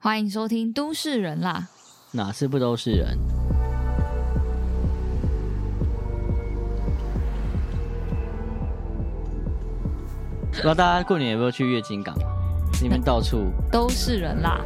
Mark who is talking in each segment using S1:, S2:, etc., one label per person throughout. S1: 欢迎收听《都市人》啦！
S2: 哪次不都是人？不知道大家过年有没有去月经港啊？你们到处
S1: 都是人啦！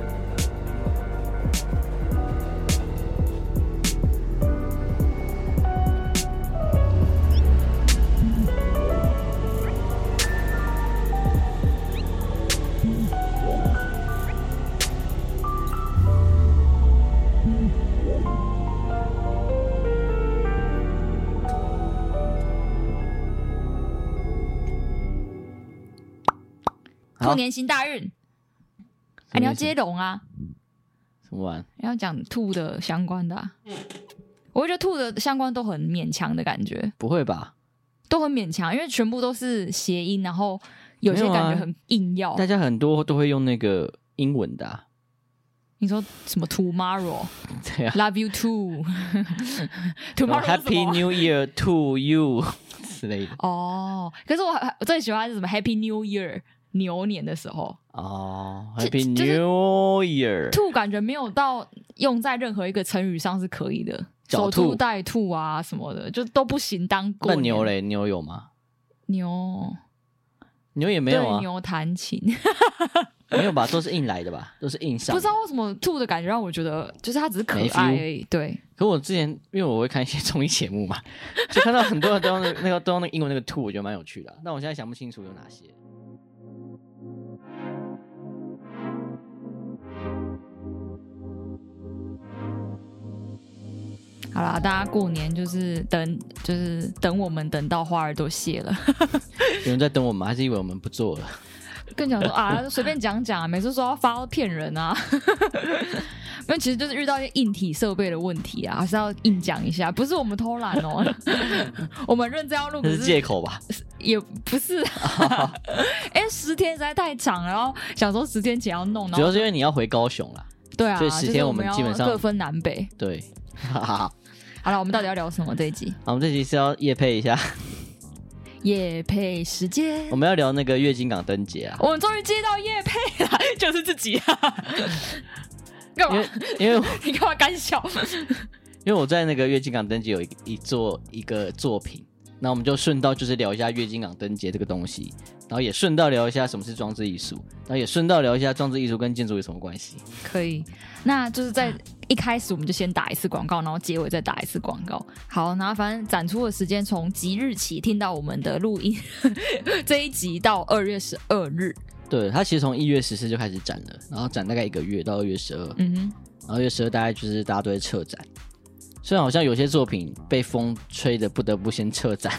S2: 好
S1: 兔年行大运，哎、你要接龙啊！
S2: 什么玩？
S1: 你要讲兔的相关的、啊，我觉得兔的相关都很勉强的感觉，
S2: 不会吧？
S1: 都很勉强，因为全部都是谐音，然后有些
S2: 没有啊啊
S1: 感觉很硬要。
S2: 大家很多都会用那个英文的、啊，
S1: 你说什么 tomorrow
S2: 对啊，Oh，
S1: love you too tomorrow 是什么
S2: 哦
S1: 啊
S2: Happy New Year to you 之类的
S1: 哦，可是我还我最喜欢是什么 Happy New Year 牛年的时候，
S2: 哦、
S1: 就
S2: h a p p y
S1: 就是
S2: New Year，
S1: 兔感觉没有到用在任何一个成语上是可以的，
S2: 狡
S1: 守
S2: 兔
S1: 兔待兔啊什么的就都不行。当过
S2: 那
S1: 年
S2: 牛嘞？牛有吗？
S1: 牛
S2: 牛也没有
S1: 对
S2: 啊，
S1: 牛弹琴，
S2: 没有吧？都是硬来的吧？都是硬上
S1: 不
S2: 的
S1: 知。道为什么兔的感觉让我觉得就是它只是可
S2: 没 feel
S1: 爱而已。对，
S2: 可我之前因为我会看一些综艺节目嘛， 就看到很多人都用那个那个都用那个英文那个 to，我觉得蛮有趣的啊、但我现在想不清楚有哪些。
S1: 好啦，大家过年就是等就是等我们等到花儿都谢了，
S2: 有人在等我们吗，还是以为我们不做了？
S1: 更讲说啊随便讲讲，每次说要发都骗人啊。 那其实就是遇到一些硬体设备的问题啊，还是要硬讲一下，不是我们偷懒哦， 我们认真要录，
S2: 那
S1: 可
S2: 是
S1: 是
S2: 借口吧？
S1: 也不是、 啊，哎、十天实在太长了，然后想说十天前要弄，然
S2: 主
S1: 后
S2: 要是因为你要回高雄啦。
S1: 对啊，
S2: 所以十天
S1: 就是
S2: 我
S1: 我
S2: 们
S1: 要
S2: 基本上
S1: 各分南北。
S2: 对， 哈哈哈。
S1: 好了，我们到底要聊什么这一集？
S2: 好我们这集是要夜配一下，
S1: 夜配嗯时间
S2: 我，们要聊那个月经港灯节啊，
S1: 我们终于接到夜配了， 就是自己、 啊。干嘛
S2: 因为？因为
S1: 你干嘛干笑？
S2: 因为我在那个月经港灯节有一一做一个作品，那我们就顺道就是聊一下月经港灯节这个东西，然后也顺道聊一下什么是装置艺术，然后也顺道聊一下装置艺术跟建筑有什么关系。
S1: 可以，那就是在一开始我们就先打一次广告，然后结尾再打一次广告。好，然后反正展出的时间从即日起听到我们的录音 这一集到二月十二日。
S2: 对，它其实从一月十四就开始展了，然后展大概一个月到二月十二，然
S1: 嗯
S2: 后二月十二大概就是大家都会撤展。虽然好像有些作品被风吹的不得不先撤展，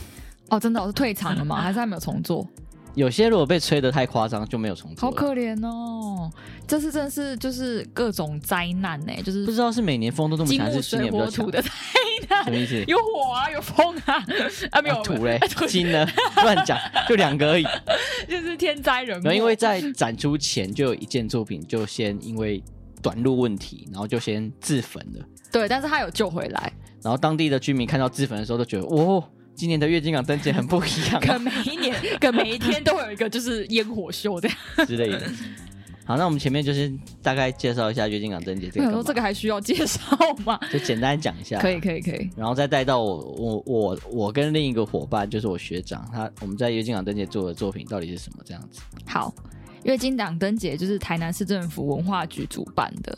S1: 哼，哦，真的、哦、是退场了 吗？还是还没有重做？
S2: 有些如果被吹的太夸张就没有重做
S1: 好
S2: 了。
S1: 可怜哦！这次真的是就是各种灾难呢、就是
S2: 不知道是每年风都这么
S1: 金
S2: 强，还
S1: 木
S2: 是今
S1: 水
S2: 年比较
S1: 火
S2: 强
S1: 土？的灾
S2: 什
S1: 难
S2: 么，意思？
S1: 有火啊，有风啊，啊没有、
S2: 啊土嘞
S1: 啊 土，
S2: 金呢？乱讲，就两个 而已。
S1: 就是天灾人祸。
S2: 然后因为在展出前就有一件作品，就先因为短路问题，然后就先自焚了。
S1: 对，但是他有救回来，
S2: 然后当地的居民看到自焚的时候，都觉得哦，今年的月经港灯节很不一 样、啊
S1: 可每一年，可每一天都会有一个就是烟火秀这样。
S2: 啊、 之类的。好，那我们前面就是大概介绍一下月经港灯节这
S1: 嗯我想
S2: 个干嘛，啊
S1: 说这个还需要介绍 吗？
S2: 就简单讲一下，
S1: 可以，可以，可以。
S2: 然后再带到我我我我跟另一个伙伴，就是我学长，他我们在月经港灯节做的作品到底是什么这样子。
S1: 好，月经党灯节就是台南市政府文化局主办的，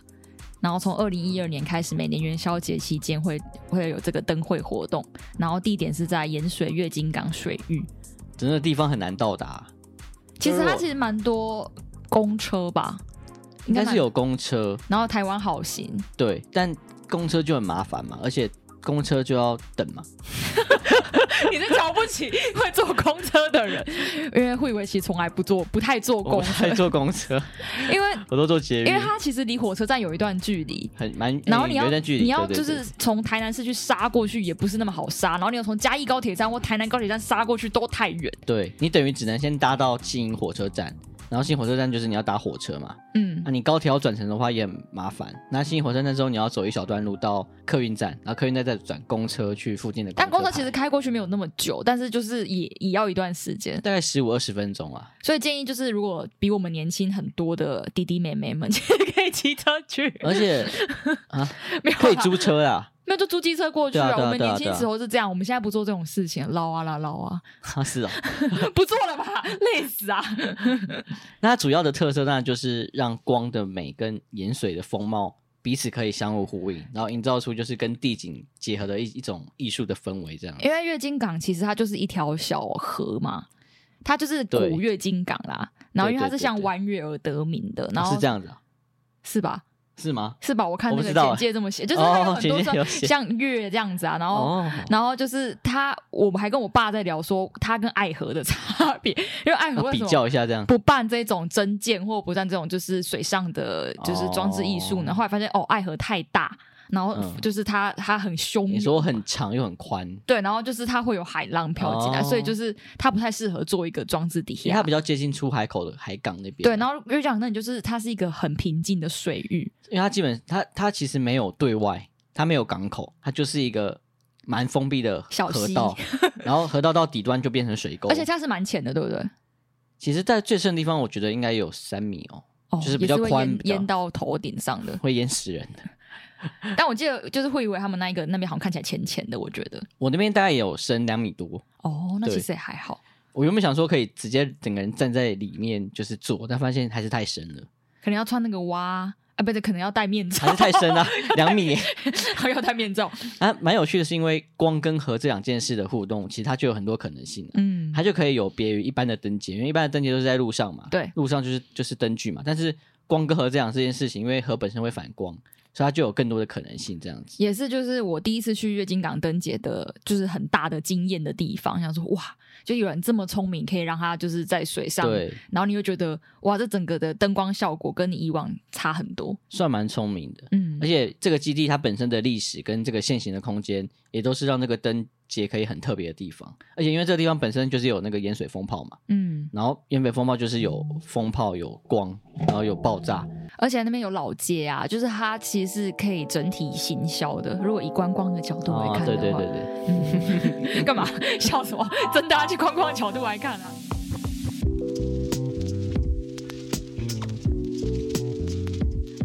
S1: 然后从二零一二年开始，每年元宵节期间会会有这个灯会活动，然后地点是在盐水月经港水域。
S2: 真的地方很难到达，
S1: 其实
S2: 就是
S1: 它
S2: 我
S1: 其实蛮多公车吧，
S2: 应该
S1: 蛮
S2: 是。有公车，
S1: 然后台湾好行，
S2: 对，但公车就很麻烦嘛，而且公车就要等嘛。
S1: 你是瞧不起会坐公车的人，因为惠维奇从来不坐，不太坐
S2: 我
S1: 公
S2: 不
S1: 车
S2: 太，坐公车，
S1: 因为
S2: 我都坐捷
S1: 因
S2: 运
S1: 为，它其实离火车站有一段距离，
S2: 很蛮
S1: 然后你
S2: 嗯
S1: 要
S2: 有一段距离，
S1: 你要
S2: 对
S1: 就
S2: 对
S1: 是
S2: 对
S1: 从台南市去杀过去也不是那么好杀，然后你要从嘉义高铁站或台南高铁站杀过去都太远，
S2: 对你等于只能先搭到新营火车站，然后新火车站就是你要搭火车嘛，
S1: 嗯
S2: 那、你高铁要转乘的话也很麻烦。那新火车站之后，你要走一小段路到客运站，然后客运站再转公车去附近的
S1: 但公车
S2: 车
S1: 其实
S2: 牌
S1: 开过去没有那么久，但是就是也也要一段时间，
S2: 大概十五二十分 钟啊。
S1: 所以建议就是如果比我们年轻很多的弟弟妹妹们，其实可以骑车 去，
S2: 而且
S1: 没有
S2: 可以
S1: 啦
S2: 租车啊，
S1: 没有就租机车过去
S2: 对啊对啊
S1: 我们
S2: 对啊
S1: 年轻
S2: 对啊
S1: 时候是这样，我们现在不做这种事情，捞啊啦捞啊，
S2: 啊是哦。
S1: 不做了 吧，累死啊！
S2: 那它主要的特色当然就是让光的美跟盐水的风貌彼此可以相互呼应，然后营造出就是跟地景结合的一一种艺术的氛围，这样。啊
S1: 因为月经港其实它就是一条小河嘛，它就是
S2: 对
S1: 古月经港啦。然后因为它
S2: 对
S1: 是
S2: 对
S1: 像
S2: 对
S1: 弯月而得名的，然后
S2: 是这样子、啊，
S1: 是吧？
S2: 是吗？
S1: 是吧？我看
S2: 我
S1: 那
S2: 不
S1: 个
S2: 知道
S1: 简
S2: 欸
S1: 介这 么写，就是它有
S2: 哦
S1: 很多
S2: 简介有
S1: 像
S2: 写
S1: 像月这样子啊，然后。
S2: 哦，
S1: 然后就是他，我们还跟我爸在聊说他跟爱河的差别，因为爱河
S2: 那
S1: 为
S2: 哦比
S1: 什么
S2: 较一下这样。
S1: 不办这种真件，或不办这种就是水上的，就是装置艺术呢？
S2: 哦
S1: 后来发现哦，爱河太大，然后
S2: 嗯
S1: 就是它它很凶，
S2: 你说很长又很宽，
S1: 对，然后就是它会有海浪飘进来，
S2: 哦
S1: 所以就是它不太适合做一个装置底
S2: 因为
S1: 下
S2: 它比。较接啊近出海口的海港那边。
S1: 对，然后月讲那你就是它是一个很平静的水域，
S2: 因为它基本它它其实没有对外，它没有港口，它就是一个蛮封闭的
S1: 小
S2: 河
S1: 溪
S2: 道，然后河道到底端就变成水沟。
S1: 而且它是蛮浅的，对不对？
S2: 其实，在最深的地方，我觉得应该有三米哦，
S1: 哦，
S2: 就是比较
S1: 也会
S2: 宽
S1: 淹
S2: 比较
S1: 淹到头顶上的。
S2: 会淹死人的。
S1: 但我记得就是会以为他们那一个那边好像看起来浅浅的，我觉得
S2: 我那边大概有深两米多，
S1: 哦，那其
S2: 对
S1: 实也还好。
S2: 我原本想说可以直接整个人站在里面就是坐，但发现还是太深了，
S1: 可能要穿那个蛙啊，不对，可能要戴面罩
S2: 还，是太深 啊，两米耶。
S1: 要戴面罩。
S2: 啊，蛮有趣的是，因为光跟核这两件事的互动，其实它就有很多可能性、啊，
S1: 嗯，
S2: 它就可以有别于一般的灯节，因为一般的灯节都是在路上嘛，
S1: 对，
S2: 路上就是就是灯具嘛，但是光跟核这样这件事情，因为核本身会反光，所以它就有更多的可能性这样子。
S1: 也是就是我第一次去月经港灯节的，就是很大的惊艳的地方，想说哇，就有人这么聪明，可以让他就是在水上，
S2: 对，
S1: 然后你会觉得哇，这整个的灯光效果跟你以往差很多。
S2: 算蛮聪明的。
S1: 嗯
S2: 而，且这个基地它本身的历史跟这个现行的空间，也都是让这个灯节可以很特别的地方。而且因为这个地方本身就是有那个盐水风炮嘛，
S1: 嗯，
S2: 然后盐水风炮就是有风炮、有光，然后有爆炸，
S1: 而且那边有老街啊，就是它其实是可以整体行销的。如果以观光的角度来
S2: 啊，
S1: 看的
S2: 对
S1: 话，
S2: 对对对，
S1: 干嘛 笑 什么？真的啊，去观光的角度来看啊。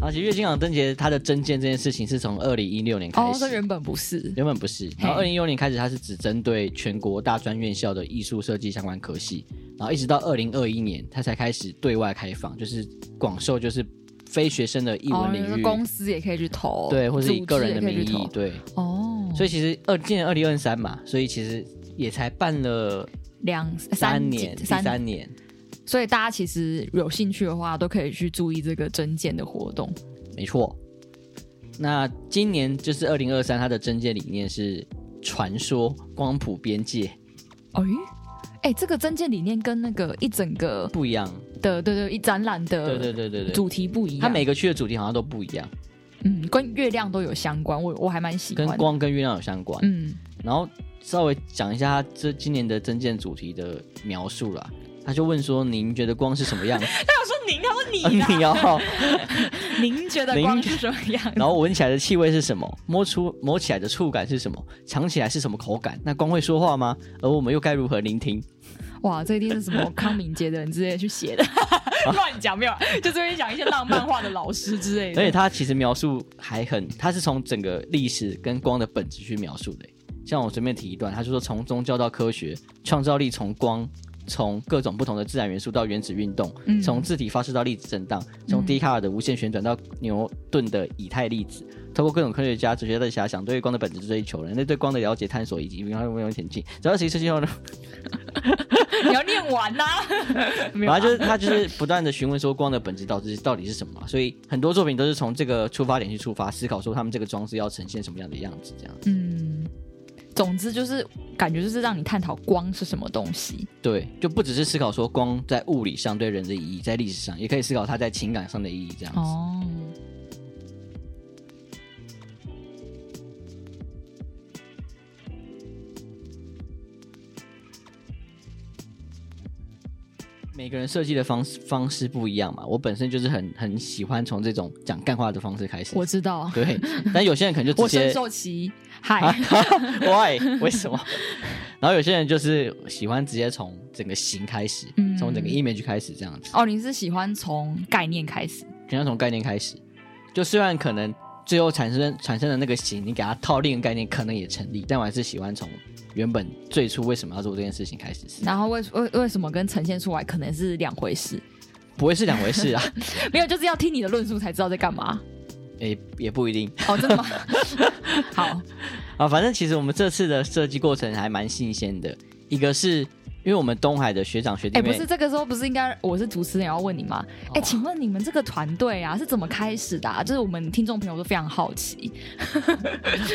S2: 而且月经港灯节它的增建这件事情是从二零一六年开
S1: 哦，
S2: 始。
S1: 这原本不是，
S2: 原本不是，然后二
S1: 嘿
S2: 零一六年开始，它是只针对全国大专院校的艺术设计相关科系，然后一直到二零二一年，它才开始对外开放，就是广受就是非学生的艺
S1: 哦，
S2: 文
S1: 你
S2: 领
S1: 说
S2: 域，
S1: 公司也可以去投，
S2: 对，或是以
S1: 组织
S2: 个人
S1: 也
S2: 的
S1: 可以
S2: 名
S1: 去投
S2: 义，对。
S1: 哦，
S2: 所以其实二今年二零二三嘛，所以其实也才办了
S1: 两
S2: 三
S1: 几
S2: 年，第
S1: 三
S2: 三年。
S1: 所以大家其实有兴趣的话，都可以去注意这个征件的活动。
S2: 没错。那今年就是二零二三，它的政界理念是传说光谱边界
S1: 哎、
S2: 哦
S1: 哎、这个征件理念跟那个一整个
S2: 不一样。
S1: 的对对一展览
S2: 对对
S1: 的
S2: 对对对，
S1: 主题啊不一样，
S2: 它每个区的主题好像都不一样，
S1: 嗯跟月亮都有相关，我我还蛮喜欢
S2: 跟
S1: 的。
S2: 光跟月亮有相关。
S1: 嗯，
S2: 然后稍微讲一下它这今年的政见主题的描述啦。他就问说：“您觉得光是 什么样子
S1: 他有说您，他说
S2: 啊？” 你要、
S1: 您觉得
S2: 您
S1: 光是什么 样？
S2: 然后闻起来的气味是什么？摸出摸起来的触感是什么？尝起来是什么口感？那光会说话吗？而我们又该如何聆听？
S1: 哇，这一定是什么康敏杰的人之类去写的， 乱讲没有啊？就这边讲一些浪漫化的老师之类
S2: 而
S1: 的。
S2: 且它其实描述还很，它是从整个历史跟光的本质去描述的欸。像我随便提一段，他就说从宗教到科学，创造力从光，从各种不同的自然元素到原子运动，
S1: 嗯
S2: 从自体发射到粒子震荡，从笛卡尔的无限旋转到牛顿的以太粒子，透过各种科学家、哲学家的遐想，对于光的本质追求，人类对光的了解、探索以及永远前进。只要十一世纪后呢，
S1: 你要念完呐、没有啊
S2: 反正就是他就是不断的询问说光的本质到底是到底是什么嘛，所以很多作品都是从这个出发点去出发，思考说他们这个装置要呈现什么样的样子，这样子。
S1: 嗯，总之就是感觉就是让你探讨光是什么东西。
S2: 对，就不只是思考说光在物理上对人的意义，在历史上也可以思考它在情感上的意义，这样子。
S1: 哦，
S2: 每个人设计的方式方式不一样嘛。我本身就是很很喜欢从这种讲干话的方式开始
S1: 我。知道，
S2: 对，但有些人可能 就
S1: 我
S2: 直
S1: 深
S2: 接
S1: 受其
S2: 啊
S1: 害。
S2: ，why 为什么？然后有些人就是喜欢直接从整个形开始，
S1: 嗯
S2: 从整个 image 开始这样子，
S1: 哦，你是喜欢从概念开始，
S2: 平常从概念开始。就虽然可能最后产生产生的那个形，你给它套另一个概念，可能也成立，但我还是喜欢从原本最初为什么要做这件事情开始思考，
S1: 然后为为为什么跟呈现出来可能是两回事？
S2: 不会是两回事啊，
S1: 没有，就是要听你的论述才知道在干嘛。
S2: 也也不一定。
S1: 哦，真的 吗？好，
S2: 啊，反正其实我们这次的设计过程还蛮新鲜的。一个是因为我们东海的学长学弟
S1: 哎、
S2: 妹，
S1: 不是这个时候不是应该我是主持人要问你吗？
S2: 哦
S1: 哎、请问你们这个团队啊是怎么开始的、啊？就是我们听众朋友都非常好奇。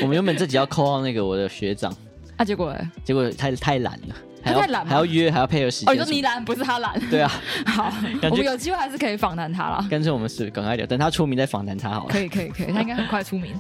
S2: 我们原本自己要 call 那个我的学长，
S1: 啊，结果嘞
S2: 结果太太懒了，还要
S1: 啊他太懒吗
S2: 还要约，还要配合时间。
S1: 哦，你说你懒不是他懒，
S2: 对啊，
S1: 好，
S2: 感
S1: 我们
S2: 觉
S1: 有机会还是可以访谈他啦。
S2: 干脆我们是赶快聊，等他出名再访谈他好了。
S1: 可以可以可以，他应该很快出名。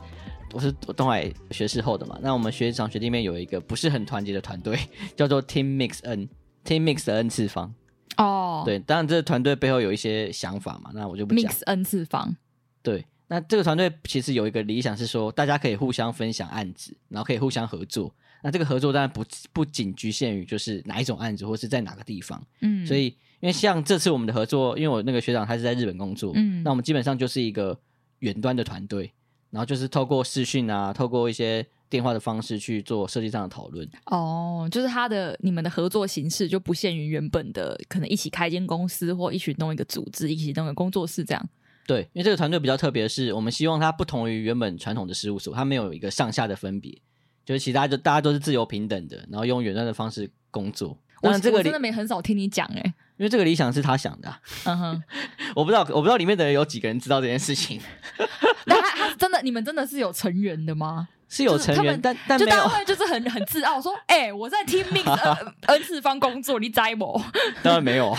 S2: 我是东海学士后的嘛，那我们学长学弟妹有一个不是很团结的团队，叫做 Team Mix N。Team Mix 的 n 次方，
S1: 哦，
S2: 对，当然这个团队背后有一些想法嘛，那我就不讲。
S1: ，mix n 次方，
S2: 对，那这个团队其实有一个理想是说，大家可以互相分享案子，然后可以互相合作。那这个合作当然不不仅局限于就是哪一种案子，或是在哪个地方。
S1: 嗯，
S2: 所以，因为像这次我们的合作，因为我那个学长他是在日本工作，
S1: 嗯
S2: 那我们基本上就是一个远端的团队，然后就是透过视讯啊，透过一些电话的方式去做设计上的讨论。
S1: 哦，就是他的你们的合作形式就不限于原本的，可能一起开一间公司或一起弄一个组织，一起弄一个工作室这样。
S2: 对，因为这个团队比较特别的是，我们希望它不同于原本传统的事务所，它没有一个上下的分别，就是其他就大家都是自由平等的，然后用远端的方式工作。
S1: 我
S2: 当然，这个
S1: 我
S2: 理
S1: 真的没很少听你讲哎、
S2: 因为这个理想是他想的啊、
S1: 嗯 哼，
S2: 我不知道我不知道里面的人有几个人知道这件事情，
S1: 但他他是真的，你们真的是有成员的吗？
S2: 是有
S1: 就是
S2: 成
S1: 他
S2: 员，
S1: 们
S2: 但但
S1: 就
S2: 没
S1: 大家
S2: 有，
S1: 会就是很很自傲说，哎、我在 Team Mix 呃 N 次方工作，你摘我。
S2: 当然没有啊。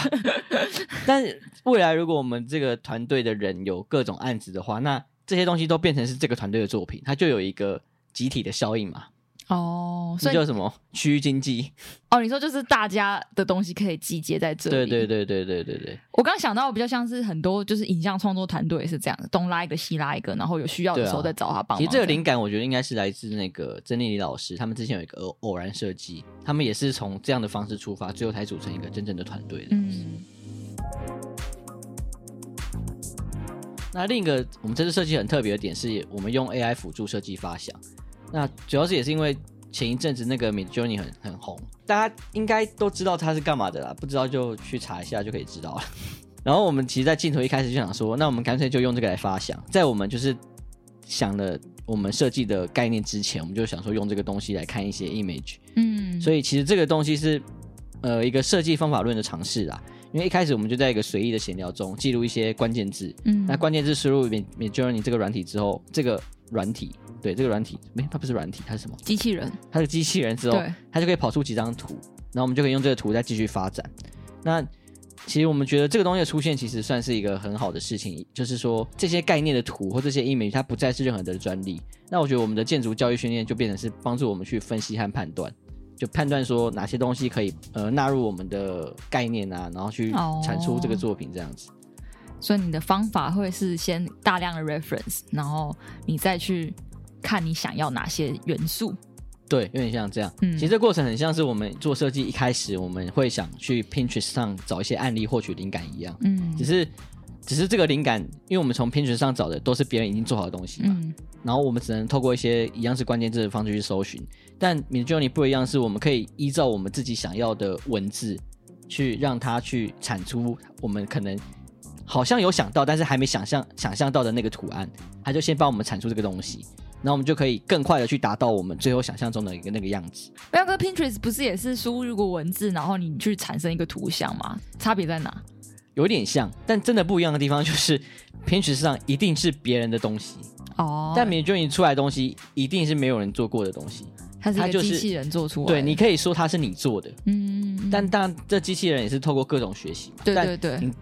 S2: 但未来如果我们这个团队的人有各种案子的话，那这些东西都变成是这个团队的作品，它就有一个集体的效应嘛，
S1: 哦，所
S2: 这
S1: 以
S2: 叫什么区域经济？
S1: 哦，你说就是大家的东西可以集结在这里。
S2: 对对对对对对对。
S1: 我刚刚想到比较像是很多就是影像创作团队是这样的，东拉一个西拉一个，然后有需要的时候
S2: 对
S1: 再
S2: 啊
S1: 找他帮忙。
S2: 其实这个灵感，我觉得应该是来自那个曾丽丽老师，他们之前有一个偶偶然设计，他们也是从这样的方式出发，最后才组成一个真正的团队的。
S1: 嗯，
S2: 那另一个我们这次设计很特别的点是，我们用 AI 辅助设计发想。那主要是也是因为前一阵子那个 Midjourney 很很红，大家应该都知道它是干嘛的啦，不知道就去查一下就可以知道了。 然后我们其实，在镜头一开始就想说，那我们干脆就用这个来发想。在我们就是想了我们设计的概念之前，我们就想说用这个东西来看一些 image。
S1: 嗯，
S2: 所以其实这个东西是呃一个设计方法论的尝试啦。因为一开始我们就在一个随意的闲聊中记录一些关键字，
S1: 嗯
S2: 那关键字输入 Mid Midjourney 这个软体之后，这个软体对这个软体，没它不是软体，它是什么？
S1: 机器人
S2: 它是机器人之后
S1: 对，
S2: 它就可以跑出几张图，然后我们就可以用这个图再继续发展。那其实我们觉得这个东西的出现，其实算是一个很好的事情，就是说这些概念的图或这些 image，它不再是任何的专利。那我觉得我们的建筑教育训练就变成是帮助我们去分析和判断，就判断说哪些东西可以呃纳入我们的概念啊，然后去
S1: 哦
S2: 产出这个作品这样子。
S1: 所以你的方法会是先大量的 reference，然后你再去看你想要哪些元素。
S2: 对，有点像这样。
S1: 嗯
S2: 其实这过程很像是我们做设计一开始我们会想去 Pinterest 上找一些案例获取灵感一样，
S1: 嗯
S2: 只是只是这个灵感，因为我们从 Pinterest 上找的都是别人已经做好的东西嘛，
S1: 嗯
S2: 然后我们只能透过一些一样是关键字的方式去搜寻。但 m i d j o u r n e y 不一样，是我们可以依照我们自己想要的文字去让它去产出我们可能。好像有想到，但是还没想象想象到的那个图案，它就先帮我们产出这个东西，然后我们就可以更快的去达到我们最后想象中的一个那个样子。
S1: 没有哥 Pinterest 不是也是输入过文字，然后你去产生一个图像吗？差别在哪？
S2: 有点像，但真的不一样的地方就是 Pinterest 上一定是别人的东西，
S1: 哦，
S2: 但 Midjourney 出来的东西一定是没有人做过的东西。
S1: 它是
S2: 它
S1: 一
S2: 就
S1: 个
S2: 是
S1: 机器人做出来的。
S2: 对，你可以说它是你做的，
S1: 嗯，嗯，嗯
S2: 但当然这机器人也是透过各种学习嘛。
S1: 对
S2: 但
S1: 对对
S2: 你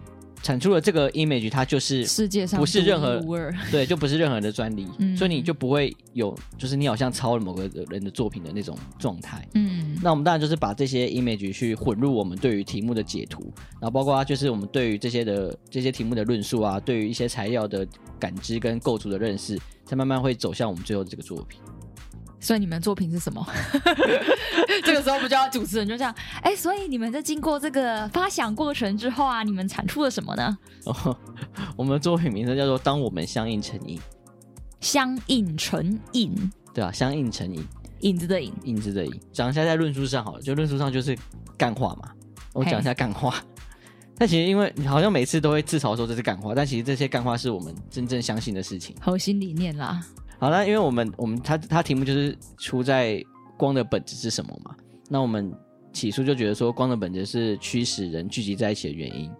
S2: 产出了这个 image，它就 是
S1: 世界上
S2: 不是任何
S1: 独一无 二，
S2: 对，就不是任何人的专利，
S1: 嗯
S2: 所以你就不会有，就是你好像抄了某个人的作品的那种状态。
S1: 嗯
S2: 那我们当然就是把这些 image 去混入我们对于题目的解读，然后包括就是我们对于这些的这些题目的论述啊，对于一些材料的感知跟构图的认识，才慢慢会走向我们最后的这个作品。
S1: 所以你们作品是什 么？这个时候不就要主持人就这样，哎、所以你们在经过这个发想过程之后啊，你们产出了什么呢？
S2: 然后哦 我们的作品名称叫做“当我们相映成影
S1: 相映成影，”，
S2: 对啊，相映成影，
S1: 影子的影。
S2: 影子的影。讲一下在论述上好了，就论述上就是干话嘛，我
S1: 嘿
S2: 讲一下干话。 但其实因为你好像每次都会自嘲说这是干话，但其实这些干话是我们真正相信的事情。
S1: 核心理念啦，
S2: 好，那因为我们我们它它题目就是出在光的本质是什么嘛？那我们起初就觉得说光的本质是驱使人聚集在一起的原因，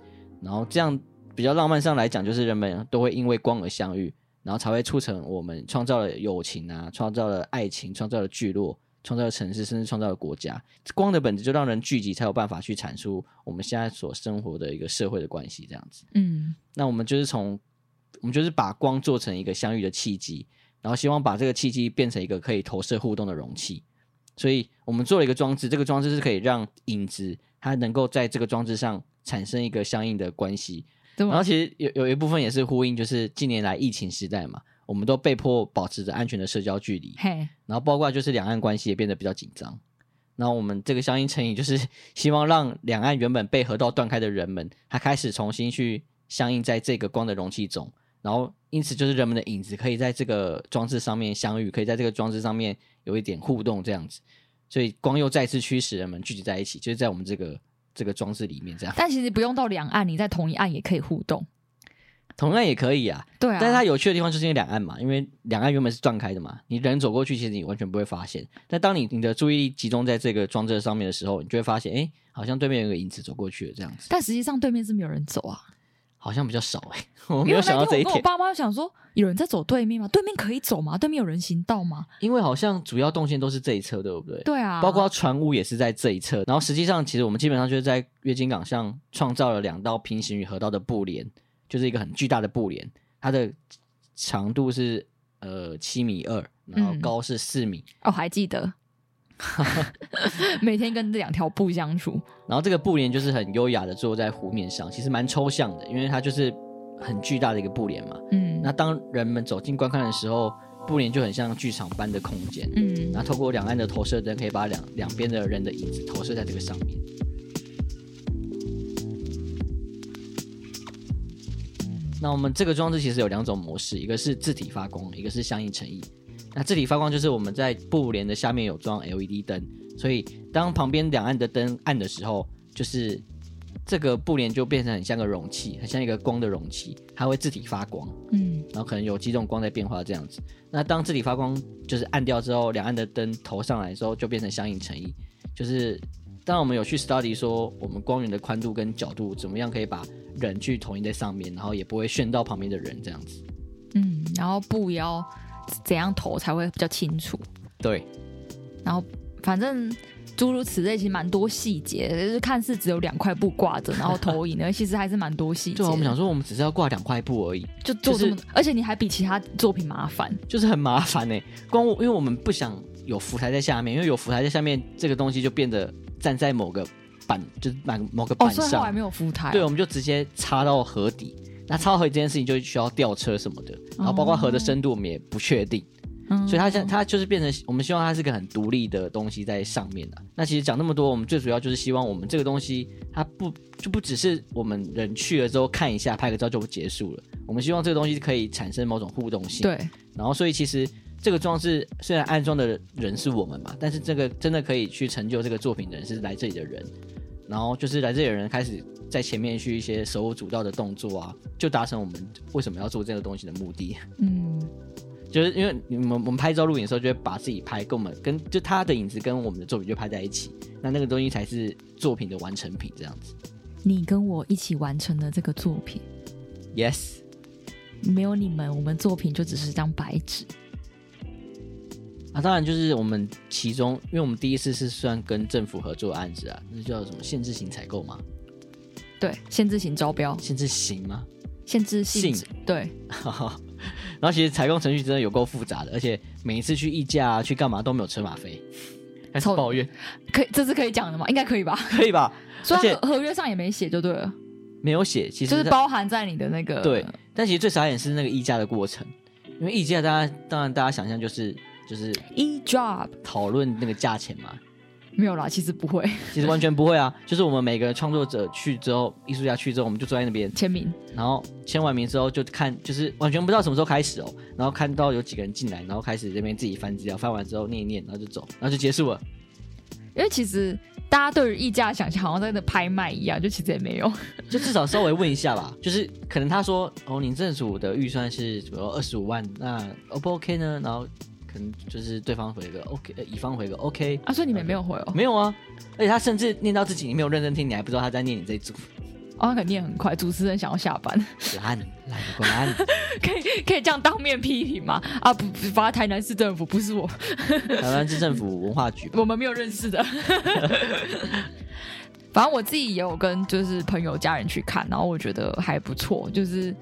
S2: 然后这样比较浪漫上来讲，就是人们都会因为光而相遇，然后才会促成我们创造了友情啊，创造了爱情，创造了聚落。创造了城市，甚至创造了国家，光的本质就让人聚集，才有办法去阐述我们现在所生活的一个社会的关系，这样子。
S1: 嗯，
S2: 那我们就是从，我们就是把光做成一个相遇的契机，然后希望把这个契机变成一个可以投射互动的容器。所以我们做了一个装置，这个装置是可以让影子它能够在这个装置上产生一个相应的关系。
S1: 对
S2: 然后
S1: 吗？
S2: 其实有有一部分也是呼应，就是近年来疫情时代嘛，我们都被迫保持着安全的社交距离，
S1: 嘿，
S2: 然后包括就是两岸关系也变得比较紧张。那我们这个相应成语就是 希望让两岸原本被河道断开的人们，他开始重新去相应在这个光的容器中，然后因此就是人们的影子可以在这个装置上面相遇，可以在这个装置上面有一点互动这样子。所以光又再次驱使人们聚集在一起，就是在我们这个这个装置里面这样。
S1: 但其实不用到两岸，你在同一岸也可以互动。
S2: 同样也可以啊，
S1: 对啊，
S2: 但是它有趣的地方就是因为两岸嘛，因为两岸原本是断开的嘛，你人走过去，其实你完全不会发现。但当你你的注意力集中在这个装置上面的时候，你就会发现，哎、好像对面有个影子走过去了，这样子，
S1: 但实际上对面是没有人走啊。
S2: 好像比较少哎、我
S1: 因为
S2: 没有
S1: 那
S2: 想
S1: 天
S2: 到
S1: 我
S2: 这一
S1: 跟我
S2: 点，
S1: 爸妈想说，有人在走对面吗？对面可以走吗？对面有人行道吗？
S2: 因为好像主要动线都是这一侧，对不对？
S1: 对啊，
S2: 包括船坞也是在这一侧，然后实际上，其实我们基本上就是在月经港上创造了两道平行于河道的布帘，就是一个很巨大的布帘，它的长度是呃七米二，然后
S1: 嗯
S2: 高是四米，
S1: 哦，还记 得，每天跟这两条布相处，
S2: 然后这个布帘就是很优雅的坐在湖面上，其实蛮抽象的，因为它就是很巨大的一个布帘嘛。
S1: 嗯
S2: 那当人们走近观看的时候，布帘就很像剧场般的空间。
S1: 嗯
S2: 那透过两岸的投射灯，可以把两两边的人的影子投射在这个上面。那我们这个装置其实有两种模式，一个是字体发光，一个是相应成影。那字体发光就是我们在布帘的下面有装 LED 灯，所以当旁边两岸的灯暗的时候，就是这个布帘就变成很像个容器，很像一个光的容器，它会自体发光。
S1: 嗯
S2: 然后可能有几种光在变化这样子。那当这里发光就是暗掉之后，两岸的灯投上来之后，就变成相应成影。就是当我们有去 study 说我们光源的宽度跟角度怎么样可以把人去统一在上面，然后也不会眩到旁边的人这样子。
S1: 嗯，然后布要怎样投才会比较清楚，
S2: 对，
S1: 然后反正。诸如此类，其实蛮多细节，就是看似只有两块布挂着，然后投影，而其实还是蛮多细节
S2: 对
S1: 的。
S2: 啊，我们想说我们只是要挂两块布而已，
S1: 就做
S2: 就
S1: 这
S2: 是
S1: 么多，而且你还比其他作品麻烦。
S2: 就是很麻烦呢、光我因为我们不想有浮台在下面，因为有浮台在下面这个东西就变得站在某个板，就是某某个
S1: 哦，
S2: 板
S1: 所以后来
S2: 上。
S1: 没有浮台。
S2: 对，我们就直接插到河底。那插到河底这件事情就需要吊车什么的，然后包括河的深度我们也不确定，
S1: 嗯，
S2: 所以它现它就是变成我们希望它是个很独立的东西在上面的、啊那其实讲那么多，我们最主要就是希望我们这个东西它不就不只是我们人去了之后看一下拍个照就结束了，我们希望这个东西可以产生某种互动性。，
S1: 对，
S2: 然后所以其实这个装置虽然安装的人是我们嘛，但是这个真的可以去成就这个作品的人是来这里的人，然后就是来这里的人开始在前面去一些手舞足蹈的动作啊，就达成我们为什么要做这个东西的目的，
S1: 嗯，
S2: 就是因为你们我们拍照录影的时候就会把自己拍跟我们跟就他的影子跟我们的作品就拍在一起，那那个东西才是作品的完成品这样子。
S1: 你跟我一起完成了这个作品，
S2: Yes，
S1: 没有你们，我们作品就只是张白纸。
S2: 啊，当然就是我们其中，因为我们第一次是算跟政府合作的案子啊，那叫什么限制性采购嘛。
S1: 对，限制型招标，
S2: 限制行吗？
S1: 限制性
S2: 性
S1: 质，对，
S2: 然后其实采购程序真的有够复杂的，而且每一次去议价、啊、去干嘛都没有车马费，还是
S1: 臭
S2: 抱怨，
S1: 可以，这是可以讲的吗？应该可以吧？
S2: 可以吧？
S1: 虽
S2: 而且
S1: 然合合约上也没写，就对了，
S2: 没有写，其实
S1: 就是
S2: 它
S1: 包含在你的那个
S2: 对，但其实最傻眼是那个议价的过程，因为议价大家当然大家想象就是就是
S1: e job
S2: 讨论那个价钱嘛，
S1: 没有啦，其实不会
S2: 其实完全不会啊，就是我们每个创作者去之后，艺术家去之后，我们就坐在那边，
S1: 签名，
S2: 然后签完名之后就看，就是完全不知道什么时候开始哦，然后看到有几个人进来，然后开始这边自己翻资料，翻完之后念一念，然后就走，然后就结束了。
S1: 因为其实大家对于议价的想象好像在那拍卖一样，就其实也没有，
S2: 就至少稍微问一下吧，就是可能他说哦，你政府的预算是比如二十五万，那 O 不 OK 呢？然后可能就是对方回一个 OK，呃乙方回一个 OK，
S1: 啊，所以你们也没有回哦，
S2: 没有啊，而且他甚至念到自己你没有认真听，你还不知道他在念你这一组，
S1: 哦，那肯定很快，主持人想要下班，
S2: 烂烂滚烂，
S1: 可以可以这样当面批评吗？啊，不，不发台南市政府不是我，
S2: 台湾市政府文化局吧
S1: 我们没有认识的。 反正我自己也有跟就是朋友家人去看，然后我觉得还不错，就是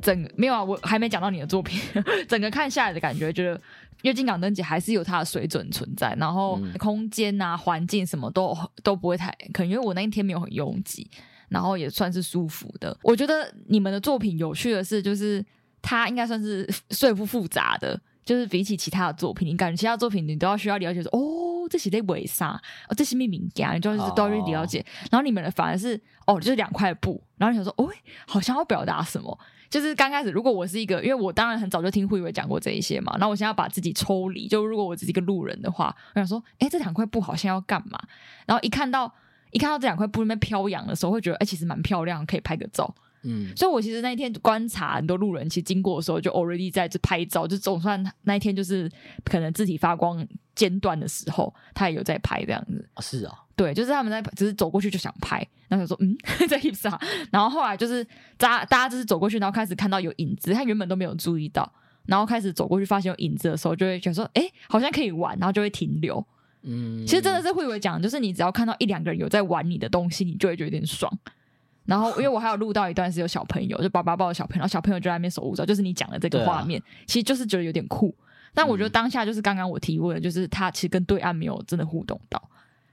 S1: 整没有啊，我还没讲到你的作品， 整个看下来的感觉，觉得月经港灯节还是有它的水准存在，然后空间啊、环境什么都都不会太，可能因为我那一天没有很拥挤，然后也算是舒服的。我觉得你们的作品有趣的是，就是它应该算是说服复杂的，就是比起其他的作品，你感觉其他作品你都要需要了解说，哦，这是在尾杀，哦，这是命名家，你就是
S2: 哦
S1: 都要去了解。然后你们的反而是哦，就是两块布，然后你想说，哦，好像要表达什么。就是刚开始，如果我是一个，因为我当然很早就听慧伟讲过这一些嘛，然后我现在要把自己抽离，就如果我只是一个路人的话，我想说，哎，这两块布好像要干嘛？然后一看到一看到这两块布那边飘扬的时候，会觉得哎、诶其实蛮漂亮，可以拍个照。
S2: 嗯，
S1: 所以我其实那一天观察很多路人，其实经过的时候就 already 在这拍照，就总算那一天就是可能自己发光间断的时候，他也有在拍这样子。
S2: 哦是哦，
S1: 对，就是他们在只是走过去就想拍，然后想说嗯 在 hips 啊，然后后来就是大家大家就是走过去，然后开始看到有影子，他原本都没有注意到，然后开始走过去发现有影子的时候，就会想说哎、诶好像可以玩，然后就会停留。
S2: 嗯，
S1: 其实真的是慧伟讲，就是你只要看到一两个人有在玩你的东西，你就会觉得有点爽。然后，因为我还有录到一段是有小朋友，就爸爸抱着小朋友，然后小朋友就在那边手舞足蹈，就是你讲的这个
S2: 对啊嗯
S1: 画面，其实就是觉得有点酷。但我觉得当下就是刚刚我提问的，就是他其实跟对岸没有真的互动到，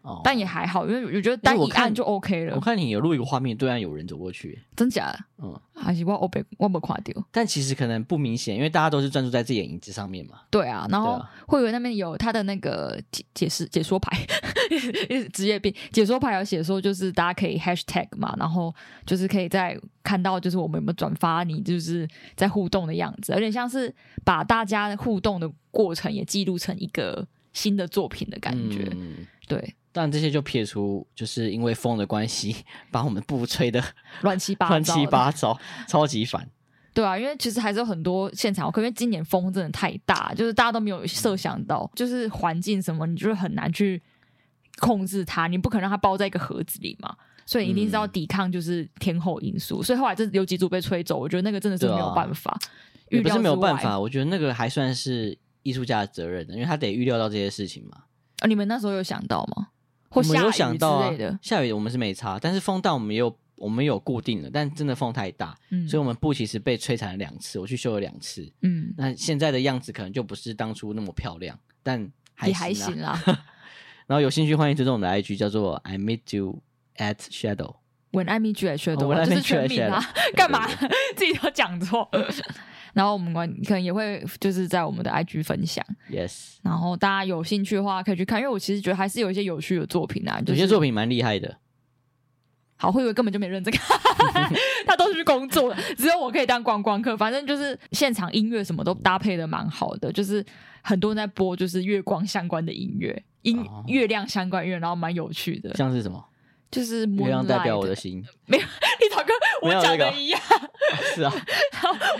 S2: 哦，
S1: 但也还好，因为我觉得单
S2: 因为
S1: 一
S2: 我看
S1: 按就 OK 了
S2: 我，看你有录一个画面，对岸有人走过去，
S1: 真假的？
S2: 嗯，
S1: 还是我我被我没看到？
S2: 但其实可能不明显，因为大家都是专注在自己的影子上面嘛。
S1: 对啊，然后
S2: 对啊
S1: 慧伟那边有他的那个解解释解说牌， 职业病解说牌有写说，就是大家可以 hashtag 嘛，然后就是可以在看到就是我们有没有转发你就是在互动的样子，有点像是把大家互动的过程也记录成一个新的作品的感觉。
S2: 嗯
S1: 对，
S2: 但这些就撇除，就是因为风的关系，把我们布吹的
S1: 乱七 八糟，
S2: 乱七。八糟，超级烦。
S1: 对啊，因为其实还是有很多现场，可因为今年风真的太大，就是大家都没有
S2: 嗯
S1: 设想到，就是环境什么，你就是很难去控制它，你不可能让它包在一个盒子里嘛，所以一定是要
S2: 嗯
S1: 抵抗就是天候因素。所以后来这有几组被吹走，我觉得那个真的是没
S2: 啊
S1: 有办法，
S2: 也
S1: 预
S2: 不
S1: 料
S2: 是
S1: 之
S2: 没有办
S1: 外
S2: 法，我觉得那个还算是艺术家的责任的，因为他得预料到这些事情嘛。
S1: 啊你们那时候有想到吗？或
S2: 我
S1: 下
S2: 们
S1: 雨
S2: 有想到
S1: 之类的
S2: 啊，，下雨我们是没差，但是风大我们也有我们也有固定的，但真的风太大，
S1: 嗯
S2: 所以我们布其实被摧残了两次，我去修了两次。
S1: 嗯，
S2: 那现在的样子可能就不是当初那么漂亮，但还
S1: 也
S2: 行啊
S1: 还行啦。
S2: 然后有兴趣欢迎追踪我们的 IG，叫做 I meet you at shadow。
S1: When I meet you at shadow，
S2: 哦，When I
S1: 就是
S2: meet you
S1: 全
S2: at
S1: 名啊
S2: shadow，对
S1: 干嘛自己都讲错？ 然后我们可能也会就是在我们的 IG 分享。
S2: ？Yes，
S1: 然后大家有兴趣的话可以去看，因为我其实觉得还是有一些有趣的作品啊，就
S2: 有
S1: 是
S2: 些作品蛮厉害的。
S1: 好，慧文根本就没认真看， 他都是去工作的，只有我可以当观光客。反正就是现场音乐什么都搭配的蛮好的，就是很多人在播就是月光相关的音乐，音、
S2: 哦
S1: 月亮相关音乐，然后蛮有趣的，
S2: 像是什么？
S1: 就是
S2: 月亮代表 我
S1: Moonlight
S2: 的，心。
S1: 你早跟
S2: 没
S1: 我
S2: 有
S1: 讲
S2: 这个
S1: 的一样，
S2: 是 啊，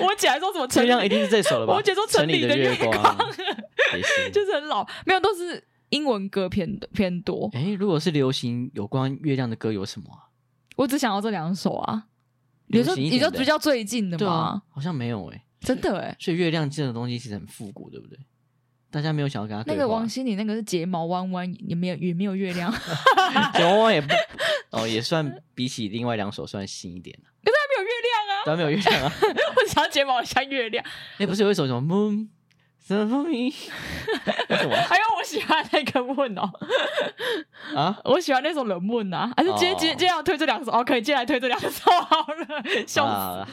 S1: 我姐还说什么
S2: 月
S1: 陈
S2: 亮一定是这首了吧？
S1: 我姐说
S2: 城
S1: 城里
S2: 里
S1: 的月
S2: 月
S1: 光
S2: 光，也行。
S1: 就是很老，没有都是英文歌偏偏多，
S2: 哎，如果是流行有关月亮的歌有什么啊？
S1: 我只想要这两首啊。你说
S2: 流行一
S1: 你
S2: 点
S1: 说
S2: 的
S1: 比较最近的
S2: 对
S1: 吗
S2: 啊？，好像没有哎。
S1: 真的哎，
S2: 所以月亮这种东西其实很复古，对不对？大家没有想要跟他
S1: 那
S2: 对
S1: 个
S2: 话
S1: 啊 王，心凌那个是睫毛弯弯，也没有也没有月亮，
S2: 小汪汪也不哦，也算比起另外两首算新一点了。
S1: 没有月亮啊，
S2: 当然没有月亮啊，
S1: 我只要睫毛像月亮。
S2: 哎，不是有一首什么 Moon 什么 Moon 什么
S1: 还有哎我喜欢那个问哦，
S2: 啊？
S1: 我喜欢那首冷梦啊，还是今天
S2: 哦
S1: 今天今天要推这两首哦，可以接下来推这两首好了， 笑死。
S2: 啊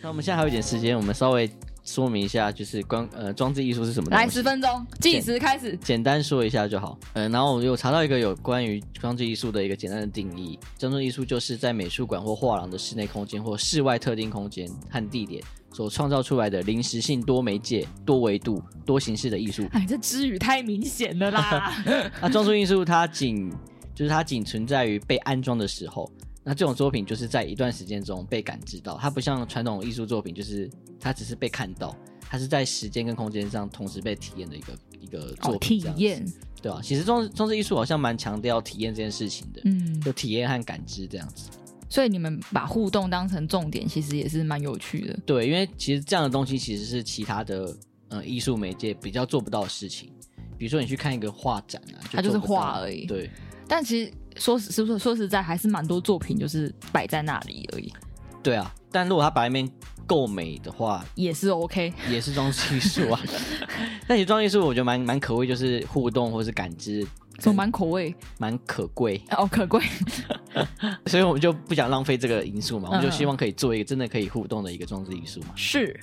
S2: 那我们现在还有一点时间，我们稍微说明一下，就是光呃装置艺术是什么东西。
S1: 来十分钟，计时开始。
S2: 简单说一下就好。嗯，然后我有查到一个有关于装置艺术的一个简单的定义：装置艺术就是在美术馆或画廊的室内空间或室外特定空间和地点所创造出来的临时性、多媒介、多维度、多形式的艺术。
S1: 哎，这之语太明显了 啦！
S2: 那装置艺术它仅就是它仅存在于被安装的时候。那这种作品就是在一段时间中被感知到，它不像传统艺术作品，就是它只是被看到，它是在时间跟空间上同时被体验的一个一个作
S1: 哦，
S2: 品
S1: 体
S2: 这样子。
S1: 验，
S2: 对啊，其实装装置艺术好像蛮强调体验这件事情的，
S1: 嗯，
S2: 有体验和感知这样子。
S1: 所以你们把互动当成重点，其实也是蛮有趣的。
S2: 对，因为其实这样的东西其实是其他的呃艺术媒介比较做不到的事情。比如说你去看一个画展啊，
S1: 它就是
S2: 做不到
S1: 画而已
S2: 对，
S1: 但其实说实说说实在，还是蛮多作品就是摆在那里而已，
S2: 对啊。但如果它把一面够美的话，
S1: 也是 OK。
S2: 也是装置艺术 啊。但其实装置艺术我觉得蛮蛮可贵，就是互动或是感知
S1: 手蛮口味
S2: 蛮可贵，
S1: 哦，可 贵。
S2: 所以我们就不想浪费这个因素嘛，我们就
S1: 嗯
S2: 希望可以做一个真的可以互动的一个装置艺术嘛。
S1: 是，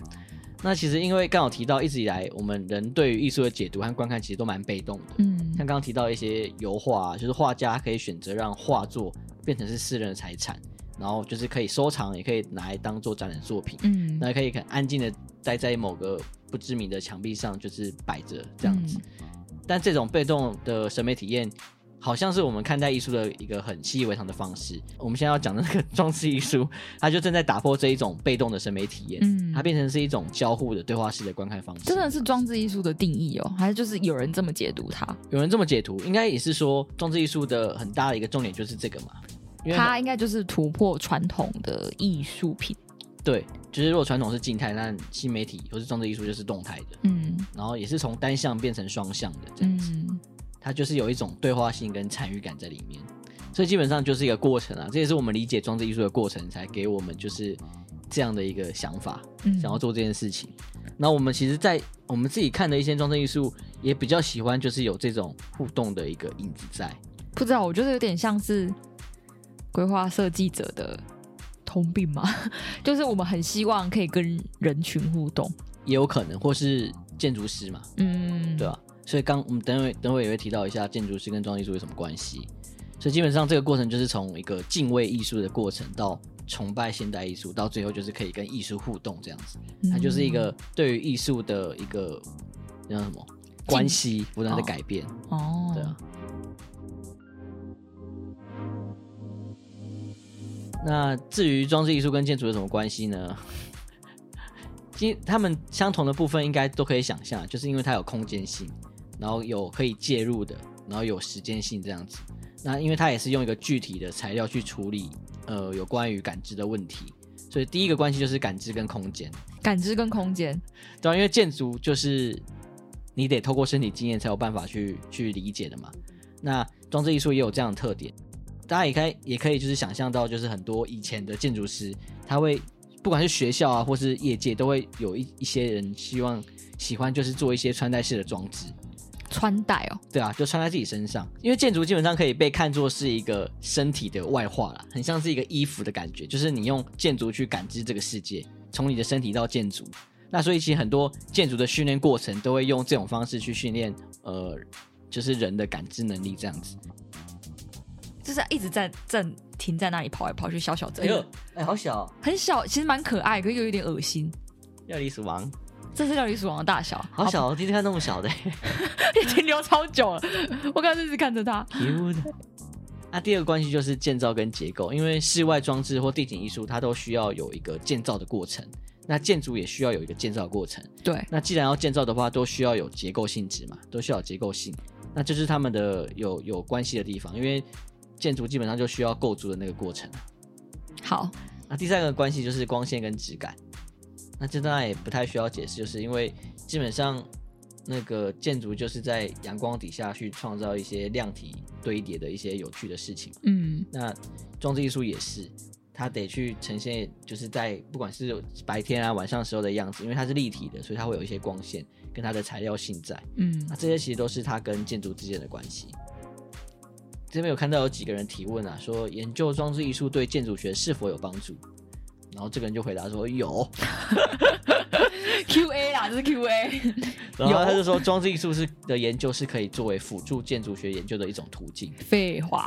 S2: 那其实因为刚好提到，一直以来我们人对于艺术的解读和观看其实都蛮被动的。
S1: 嗯
S2: 像刚刚提到一些油画、啊，就是画家可以选择让画作变成是私人的财产，然后就是可以收藏，也可以拿来当做展览作品。
S1: 嗯
S2: 那也可以很安静的待在某个不知名的墙壁上，就是摆着这样子。
S1: 嗯
S2: 但这种被动的审美体验，好像是我们看待艺术的一个很习以为常的方式。我们现在要讲的那个 装饰艺术，它就正在打破这一种被动的审美体验，
S1: 嗯
S2: 它变成是一种交互的对话式的观看方式。
S1: 真的是装置艺术的定义哦，还是就是有人这么解读它？
S2: 有人这么解读，应该也是说装置艺术的很大的一个重点就是这个嘛，因为
S1: 它应该就是突破传统的艺术品。
S2: 对，就是如果传统是静态，那新媒体或是装置艺术就是动态的，
S1: 嗯
S2: 然后也是从单向变成双向的这样子。
S1: 嗯，
S2: 它就是有一种对话性跟参与感在里面，所以基本上就是一个过程啊，这也是我们理解装置艺术的过程，才给我们就是这样的一个想法，
S1: 嗯
S2: 想要做这件事情。那我们其实，在我们自己看的一些装置艺术，也比较喜欢就是有这种互动的一个影子在。
S1: 不知道，我觉得有点像是规划设计者的通病嘛， 就是我们很希望可以跟人群互动。
S2: 也有可能，或是建筑师嘛，
S1: 嗯，
S2: 对吧、啊所以刚我们等会等会也会提到一下建筑师跟装置艺术有什么关系。所以基本上这个过程就是从一个敬畏艺术的过程到崇拜现代艺术，到最后就是可以跟艺术互动这样子。
S1: 嗯
S2: 它就是一个对于艺术的一个那叫什么关系不断的改变，
S1: 哦，
S2: 对啊。那至于装置艺术跟建筑有什么关系呢？其实它们相同的部分应该都可以想象，就是因为它有空间性，然后有可以介入的，然后有时间性这样子。那因为它也是用一个具体的材料去处理，呃，有关于感知的问题，所以第一个关系就是感知跟空间。
S1: 感知跟空间，
S2: 对啊、因为建筑就是你得透过身体经验才有办法去去理解的嘛。那装置艺术也有这样的特点，大家也可以也可以就是想象到，就是很多以前的建筑师，他会不管是学校啊，或是业界，都会有一一些人希望喜欢就是做一些穿戴式的装置，
S1: 穿戴哦，
S2: 对啊，就穿在自己身上，因为建筑基本上可以被看作是一个身体的外化啦，很像是一个衣服的感觉，就是你用建筑去感知这个世界，从你的身体到建筑。那所以其实很多建筑的训练过程都会用这种方式去训练，呃，就是人的感知能力这样子。
S1: 就是一直在站停在那里跑来跑去，小小这个，，
S2: 哎，好小、哦，
S1: 很小，其实蛮可爱，可是又有点恶心。
S2: 料理鼠王，
S1: 这是料理鼠王的大小，
S2: 好小、哦，第一次看那么小 的。
S1: 也停留超久了。我刚刚一直看着它，
S2: 那啊第二个关系就是建造跟结构，因为室外装置或地景艺术，它都需要有一个建造的过程，那建筑也需要有一个建造的过程。
S1: 对，
S2: 那既然要建造的话，都需要有结构性质嘛，都需要有结构性。那这是他们的有有关系的地方，因为建筑基本上就需要构筑的那个过程啊。
S1: 好，
S2: 那第三个关系就是光线跟质感，那这当然也不太需要解释，就是因为基本上那个建筑就是在阳光底下去创造一些量体堆叠的一些有趣的事情。
S1: 嗯
S2: 那装置艺术也是，它得去呈现，就是在不管是白天啊晚上时候的样子，因为它是立体的，所以它会有一些光线跟它的材料性在。
S1: 嗯
S2: 那这些其实都是它跟建筑之间的关系。这边有看到有几个人提问啊，说研究装置艺术对建筑学是否有帮助，然后这个人就回答说有，
S1: ，Q A 啦，这是 Q A。
S2: 然后他就说装置艺术是的研究是可以作为辅助建筑学研究的一种途 径。
S1: 废话，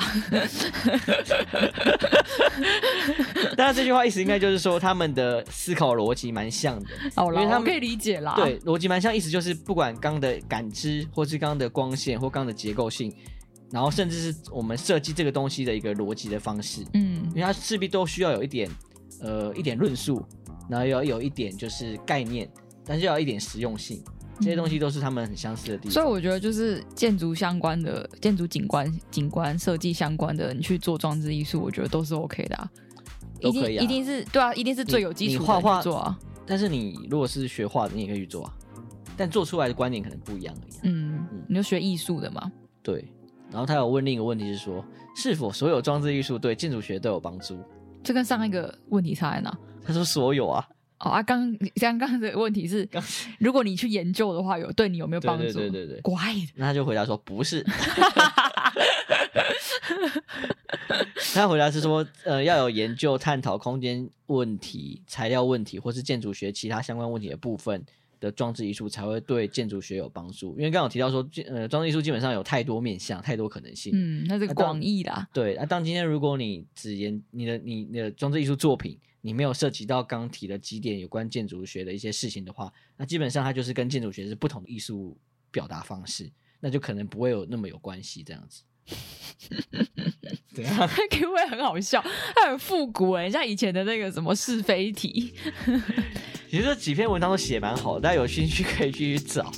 S2: 当然这句话意思应该就是说他们的思考逻辑蛮像的，
S1: 好
S2: 因
S1: 啦，
S2: 为他
S1: 我
S2: 们
S1: 可以理解啦。
S2: 对，逻辑蛮像，意思就是不管刚的感知，或是刚的光线，或刚的结构性，然后甚至是我们设计这个东西的一个逻辑的方式，
S1: 嗯
S2: 因为它势必都需要有一点呃一点论述，然后要有一点就是概念，但是要有一点实用性，这些东西都是他们很相似的地
S1: 所
S2: 方。
S1: 以我觉得就是建筑相关的、建筑景观、景观设计相关的，你去做装置艺术，我觉得都是 OK 的、啊。
S2: 都
S1: 一定
S2: 可以啊
S1: 一定是对啊，一定是最有基础的
S2: 你画画
S1: 去做啊。
S2: 但是你如果是学画的，你也可以去做啊，但做出来的观点可能不一样而已啊、
S1: 嗯
S2: 嗯，
S1: 你就学艺术的嘛。
S2: 对。然后他有问另一个问题是说，是否所有装置艺术对建筑学都有帮助？
S1: 这跟上一个问题差在哪？
S2: 他说所有啊，
S1: 哦啊，刚 刚刚的问题是
S2: 刚，
S1: 如果你去研究的话，有对你有没有帮助？
S2: 对对对对对
S1: 怪的，
S2: 那他就回答说不是，他回答是说，呃，要有研究探讨空间问题、材料问题，或是建筑学其他相关问题的部分的装置艺术，才会对建筑学有帮助。因为刚刚有提到说，建呃，装置艺术基本上有太多面向、太多可能性。
S1: 嗯，那是
S2: 那当
S1: 广义 啦。
S2: 对，那、当今天如果你只研你的你你的装置艺术作品，你没有涉及到刚提的几点有关建筑学的一些事情的话，那基本上它就是跟建筑学是不同的艺术表达方式，那就可能不会有那么有关系这样子。 怎样？
S1: Q A 很好笑，它很复古哎、像以前的那个什么是非题。
S2: 其实这几篇文章都写蛮好的，大家有兴趣可以去找。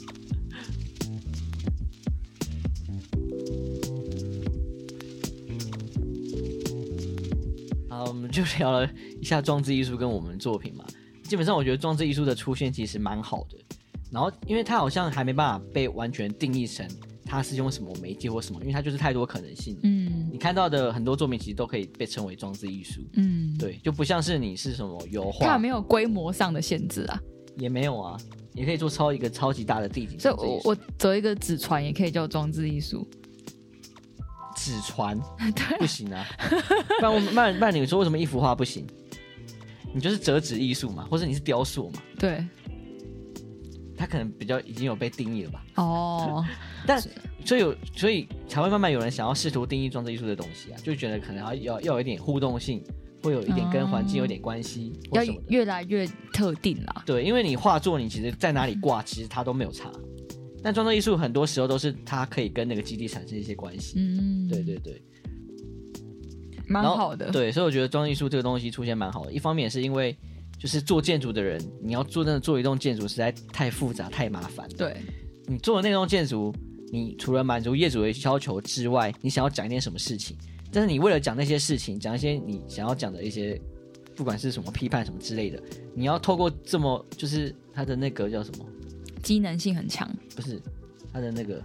S2: 好，我们就聊了一下装置艺术跟我们作品嘛。基本上，我觉得装置艺术的出现其实蛮好的。然后，因为它好像还没办法被完全定义成它是用什么媒介或什么，因为它就是太多可能性。
S1: 嗯
S2: 你看到的很多作品其实都可以被称为装置艺术，
S1: 嗯，
S2: 对，就不像是你是什么油画，
S1: 它有没有规模上的限制啊？
S2: 也没有啊，也可以做超一个超级大的地景。
S1: 所以我我折一个纸船也可以叫装置艺术。
S2: 纸 船不行啊，不然我不然不然你说为什么一幅画不行？你就是折纸艺术嘛，或者你是雕塑嘛，
S1: 对，
S2: 它可能比较已经有被定义了吧？
S1: 哦，
S2: 但所以有所以才会慢慢有人想要试图定义装置艺术的东西啊，就觉得可能要要要有一点互动性，会有一点跟环境有点关系、
S1: 要
S2: 或什么的。
S1: 越来越特定啦。
S2: 对，因为你画作，你其实在哪里挂，其实它都没有差。但装置艺术很多时候都是它可以跟那个基地产生一些关系。
S1: 嗯，
S2: 对对，对。
S1: 蛮
S2: 然后
S1: 好的。
S2: 对，所以我觉得装艺术这个东西出现蛮好的。一方面也是因为，就是做建筑的人，你要做真的做一栋建筑实在太复杂太麻烦。，
S1: 对，
S2: 你做的那栋建筑，你除了满足业主的要求之外，你想要讲一点什么事情？但是你为了讲那些事情，讲一些你想要讲的一些，不管是什么批判什么之类的，你要透过这么就是它的那个叫什么？
S1: 机能性很强。
S2: 不是它的那个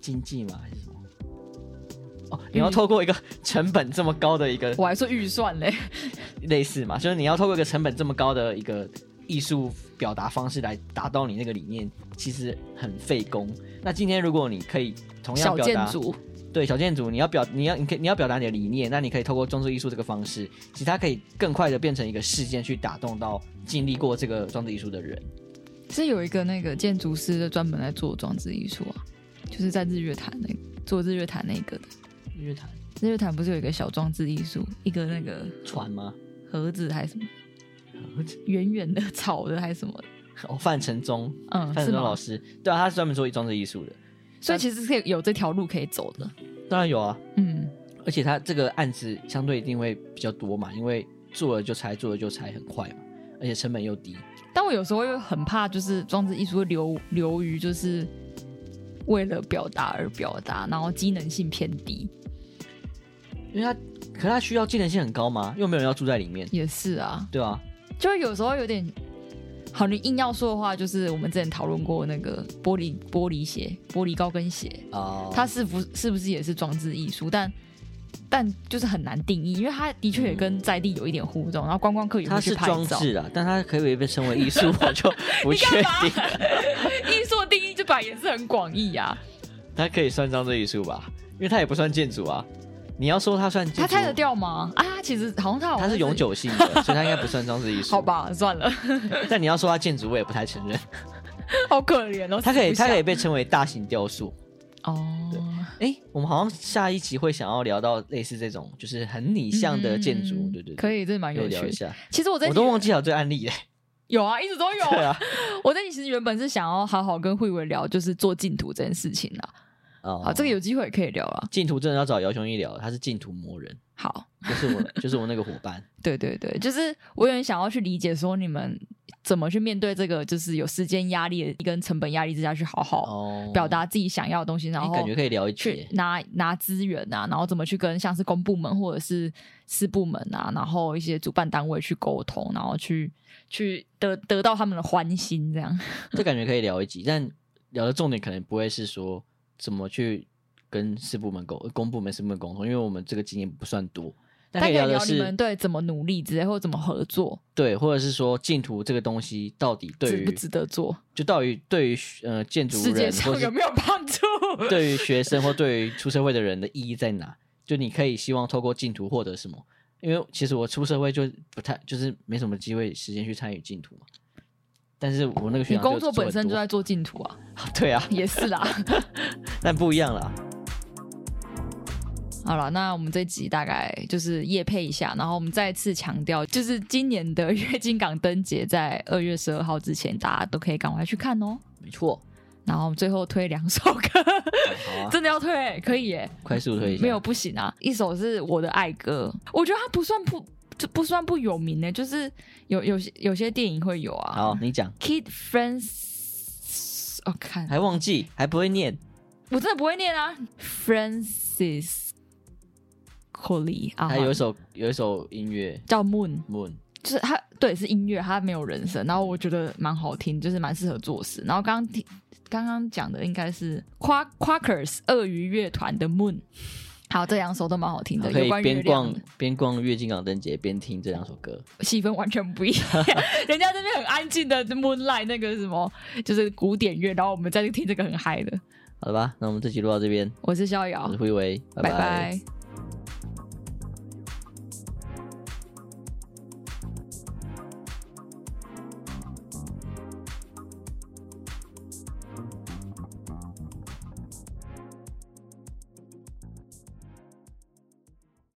S2: 经济吗？还是什么？哦，你
S1: 嗯
S2: 要透过一个成本这么高的一个
S1: 我还说预算嘞，
S2: 类似嘛，就是你要透过一个成本这么高的一个艺术表达方式来达到你那个理念，其实很费工。那今天如果你可以同样
S1: 小
S2: 表
S1: 建
S2: 达，
S1: 筑。
S2: 对小建筑，你要表你要你可以你要表达你的理念，那你可以透过装置艺术这个方式，其实它可以更快的变成一个事件去打动到经历过这个装置艺术的人。
S1: 是有一个那个建筑师的专门在做装置艺术啊，就是在日月潭那做日月潭那个的。
S2: 日月潭
S1: 日月潭不是有一个小装置艺术，一个那个
S2: 船吗？
S1: 盒子还是什么圆圆的草的还是什么的？
S2: 哦，范承宗，
S1: 嗯，
S2: 范
S1: 是
S2: 承宗
S1: 吗
S2: 老？师，对啊，他是专门做装置艺术的，
S1: 所以其实是可以有这条路可以走的。
S2: 当然有啊，
S1: 嗯，
S2: 而且他这个案子相对一定会比较多嘛，因为做了就拆，做了就拆，很快嘛，而且成本又低。
S1: 但我有时候又很怕，就是装置艺术会流流于就是为了表达而表达，然后机能性偏低，
S2: 因为他，可他需要技能性很高嘛，又没有人要住在里面，
S1: 也是啊，
S2: 对吧、
S1: 就有时候有点好，你硬要说的话，就是我们之前讨论过那个玻璃玻璃鞋、玻璃高跟鞋，
S2: 哦，
S1: 它是不是不是也是装置艺术？但但就是很难定义，因为它的确也跟在地有一点互动，然后观光客也
S2: 它
S1: 会去
S2: 是
S1: 拍
S2: 装
S1: 照。
S2: 置啊，但它可不可以被称为艺术，我就 不
S1: 你干
S2: 确
S1: 嘛
S2: 定。
S1: 艺术的定义就本来也是很广义 啊，
S2: 它可以算装置艺术吧？因为它也不算建筑啊。你要说它算建筑，
S1: 它拆得掉吗？啊，它其实好像它好像
S2: 它是永，久性的，所以它应该不算装置艺术。
S1: 好，吧，算了，
S2: 但你要说它建筑，我也不太承 认。
S1: 好可怜哦。
S2: 它可以，
S1: 吃不
S2: 它
S1: 下
S2: 可以被称为大型雕塑。
S1: 哦，
S2: 哎、我们好像下一集会想要聊到类似这种，就是很拟
S1: 嗯
S2: 像的建筑，
S1: 嗯嗯
S2: 对对对，
S1: 可以，这蛮
S2: 可以
S1: 有
S2: 聊一
S1: 趣的。
S2: 下。
S1: 其实我在
S2: 我都忘记了这案例了。
S1: 有啊，一直都有啊。
S2: 对啊，
S1: 我在你其实原本是想要好好跟慧文聊，就是做净土这件事情啦。
S2: 哦
S1: 好，这个有机会也可以聊啊。
S2: 净土真的要找姚雄一聊，他是净土魔人，
S1: 好，
S2: 就是我，就是我那个伙伴。
S1: 对对对，就是我有点想要去理解说你们怎么去面对这个，就是有时间压力跟成本压力之下去好好
S2: 哦，
S1: 表达自己想要的东西，然
S2: 哎，
S1: 后
S2: 感觉可以聊一
S1: 去
S2: 节。
S1: 拿拿资源啊，然后怎么去跟像是公部门或者是私部门啊，然后一些主办单位去沟通，然后去去得得到他们的欢心，这样。
S2: 这感觉可以聊一集，但聊的重点可能不会是说怎么去跟四部门沟、公部门、四部门沟通，因为我们这个经验不算多。但
S1: 大
S2: 可
S1: 家可
S2: 以
S1: 以
S2: 的
S1: 聊你们
S2: 是，
S1: 对怎么努力之类，或者怎么合作，
S2: 对，或者是说净土这个东西到底对
S1: 值不
S2: 于，
S1: 值得做，
S2: 就到底对于呃建筑
S1: 世界
S2: 人或
S1: 上有
S2: 是
S1: 没有帮 助？
S2: 对于学生或对于出社会的人的意义在哪？就你可以希望透过净土获得什么？因为其实我出社会就不太，就是没什么机会时间去参与净土嘛。但是我那个学
S1: 你
S2: 长
S1: 工
S2: 就
S1: 作
S2: 做
S1: 本
S2: 很
S1: 身就
S2: 多
S1: 在做净土啊，
S2: 对啊，
S1: 也是啦。
S2: 但不一样啦。
S1: 好了，那我们这集大概就是夜配一下，然后我们再次强调，就是今年的月经港灯节在二月十二号之前，大家都可以赶快去看哦。
S2: 没错，
S1: 然后我们最后推两首歌，
S2: 好 啊，
S1: 真的要推，欸可以耶，
S2: 快速推一下。
S1: 没有不行啊。一首是我的爱歌，我觉得它不算不就不算不有名呢，欸就是有有些有些电影会有啊。
S2: 好，你讲，
S1: Kid Francis，哦，看
S2: 还忘记，还不会念，
S1: 我真的不会念啊，Francis Colley 啊，
S2: 还有一首有一首音乐
S1: 叫 Moon，
S2: Moon，
S1: 就是他对是音乐，他没有人声，然后我觉得蛮好听，就是蛮适合做事。然后刚刚听刚刚讲的应该是 Qua- Quakers 鳄鱼乐团的 Moon，好，这两首都蛮好听的，
S2: 可
S1: 有
S2: 以
S1: 关月
S2: 边
S1: 亮
S2: 逛
S1: 的，
S2: 边逛月经港灯节边听这两首歌。
S1: 气氛完全不一样。 人家这边很安静的 Moonlight 那个什么，就是古典乐，然后我们在这听这个很嗨的。
S2: 好了吧，那我们这期录到这边，
S1: 我是逍
S2: 我
S1: 遥
S2: 是，辉维，
S1: 拜
S2: 拜
S1: 拜